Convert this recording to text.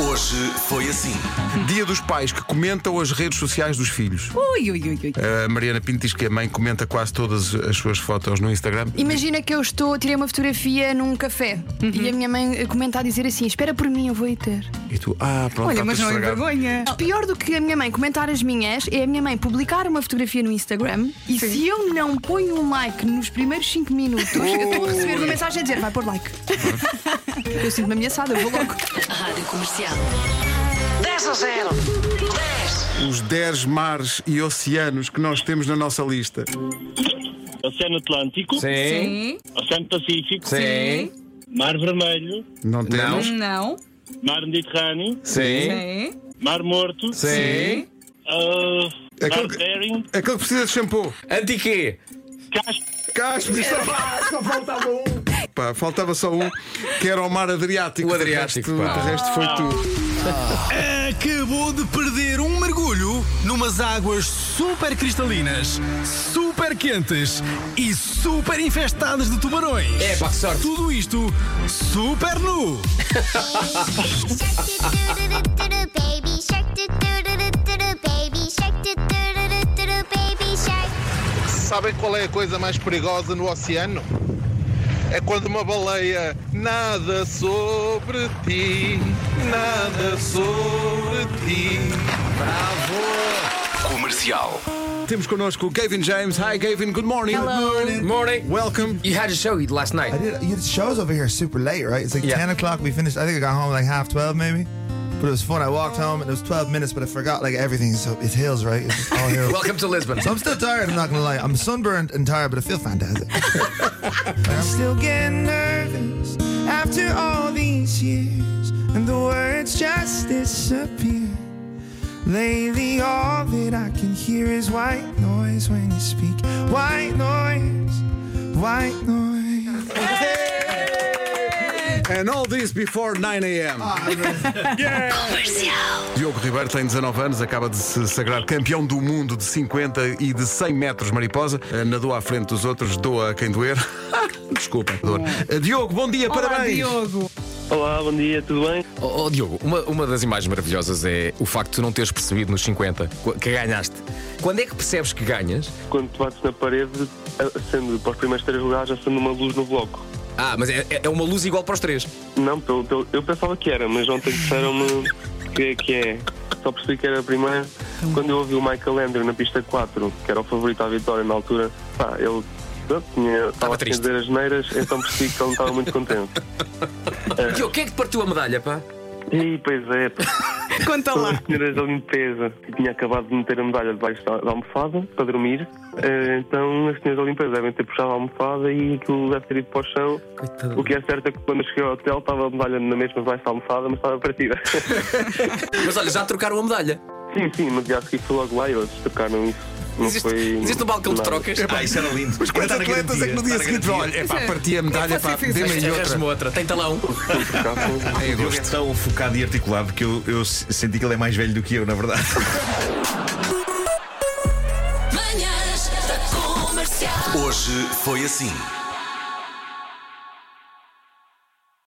Hoje foi assim. Dia dos pais que comentam as redes sociais dos filhos. Ui, ui, ui, ui. A Mariana Pinto diz que a mãe comenta quase todas as suas fotos no Instagram. Imagina que eu estou, tirei uma fotografia num café e a Uhum. minha mãe comenta a dizer assim: espera por mim, eu vou aí ter. E tu, ah, pronto, Olha, está mas tudo não é estragado. vergonha. Mas pior do que a minha mãe comentar as minhas é a minha mãe publicar uma fotografia no Instagram e se eu não ponho um like nos primeiros 5 minutos, eu estou a receber uma mensagem a dizer: vai pôr like. eu sinto-me ameaçada, eu vou logo. Rádio Comercial. 10 a 0. 10. Os 10 mares e oceanos que nós temos na nossa lista. Oceano Atlântico, Sim. Oceano Pacífico, Sim. Mar Vermelho, Não temos? Não. Mar Mediterrâneo, Sim. Sim. Mar Morto, Sim. ah, É Mar que- Bering, Aquele que precisa de shampoo. Antiquê. Casco, Caspi, só, só faltava um. Pá, faltava só um, que era o mar Adriático. O Adriático, O resto, pá. o resto foi tu. Acabou de perder um mergulho numas águas super cristalinas, super quentes e super infestadas de tubarões. É, pá, que sorte. Tudo isto super nu. Shark do do do do baby shark do do do do do baby shark do do do do do baby shark. Sabem qual é a coisa mais perigosa no oceano? É quando uma baleia nada sobre ti, nada sobre ti. Comercial. Temos connosco o Gavin James. Hi, Gavin, good morning. Morning. Welcome. You had a show last night. did, you the show's over here super late, right? It's like Yeah. 10 o'clock. We finished, I think I got home like half 12 maybe. But it was fun. I walked home and it was 12 minutes, but I forgot like everything. So it's hills, right? It's just all hills. Welcome to Lisbon. so I'm still tired, I'm not going to lie. I'm sunburned and tired, but I feel fantastic. I'm still getting nervous after all these years, and the words just disappear. Lately, all that I can hear is white noise when you speak. White noise, white noise. And all this before 9 a.m. Diogo Ribeiro tem 19 anos, acaba de se sagrar campeão do mundo de 50 e de 100 metros mariposa. Eh, Nadou à frente dos outros, doa a quem doer. Desculpa, dor. Eh, Diogo, bom dia, Olá, parabéns. Diogo. Olá, bom dia, tudo bem? Oh, oh, Diogo, uma, uma das imagens maravilhosas é o facto de tu não teres percebido nos 50 qu- que ganhaste. Quando é que percebes que ganhas? Quando te bates na parede, acende para os primeiros três lugares, acende uma luz no bloco. Ah, mas é, é uma luz igual para os três. Não, pelo, pelo- eu pensava que era, mas ontem disseram-me que, que é. Só percebi que era a primeira. Quando eu ouvi o Michael Andrew na pista 4, que era o favorito à vitória na altura, pá, ele pronto, tinha, estava a triste. dizer as neiras, então percebi que ele não estava muito contente. Diogo, quem é que te partiu a medalha, pá? E pois é, pá, Conta Todas lá. as senhoras da limpeza que tinha acabado de meter a medalha debaixo da da almofada para dormir. Eh, Então as senhoras da limpeza devem ter puxado a almofada e aquilo deve ter ido para o chão. O que é certo é que quando eu cheguei ao hotel estava a medalha na mesma debaixo da almofada, mas estava partida. Mas olha, já trocaram a medalha. sim, sim, mas já segui fui logo lá e eles trocaram isso. Não Existe, foi. existe um balcão de nada. trocas. Epá, isso era lindo. Mas quantos atletas é que no dia seguinte vão? Olha, é pá, parti a medalha, pá, Vocês dê-me fizeram. outra. Arranjas-me outra. Tem talão. É em Eu é agosto. tão focado e articulado que eu, eu senti que ele é mais velho do que eu, na verdade. Manhãs da Comercial. Hoje foi assim.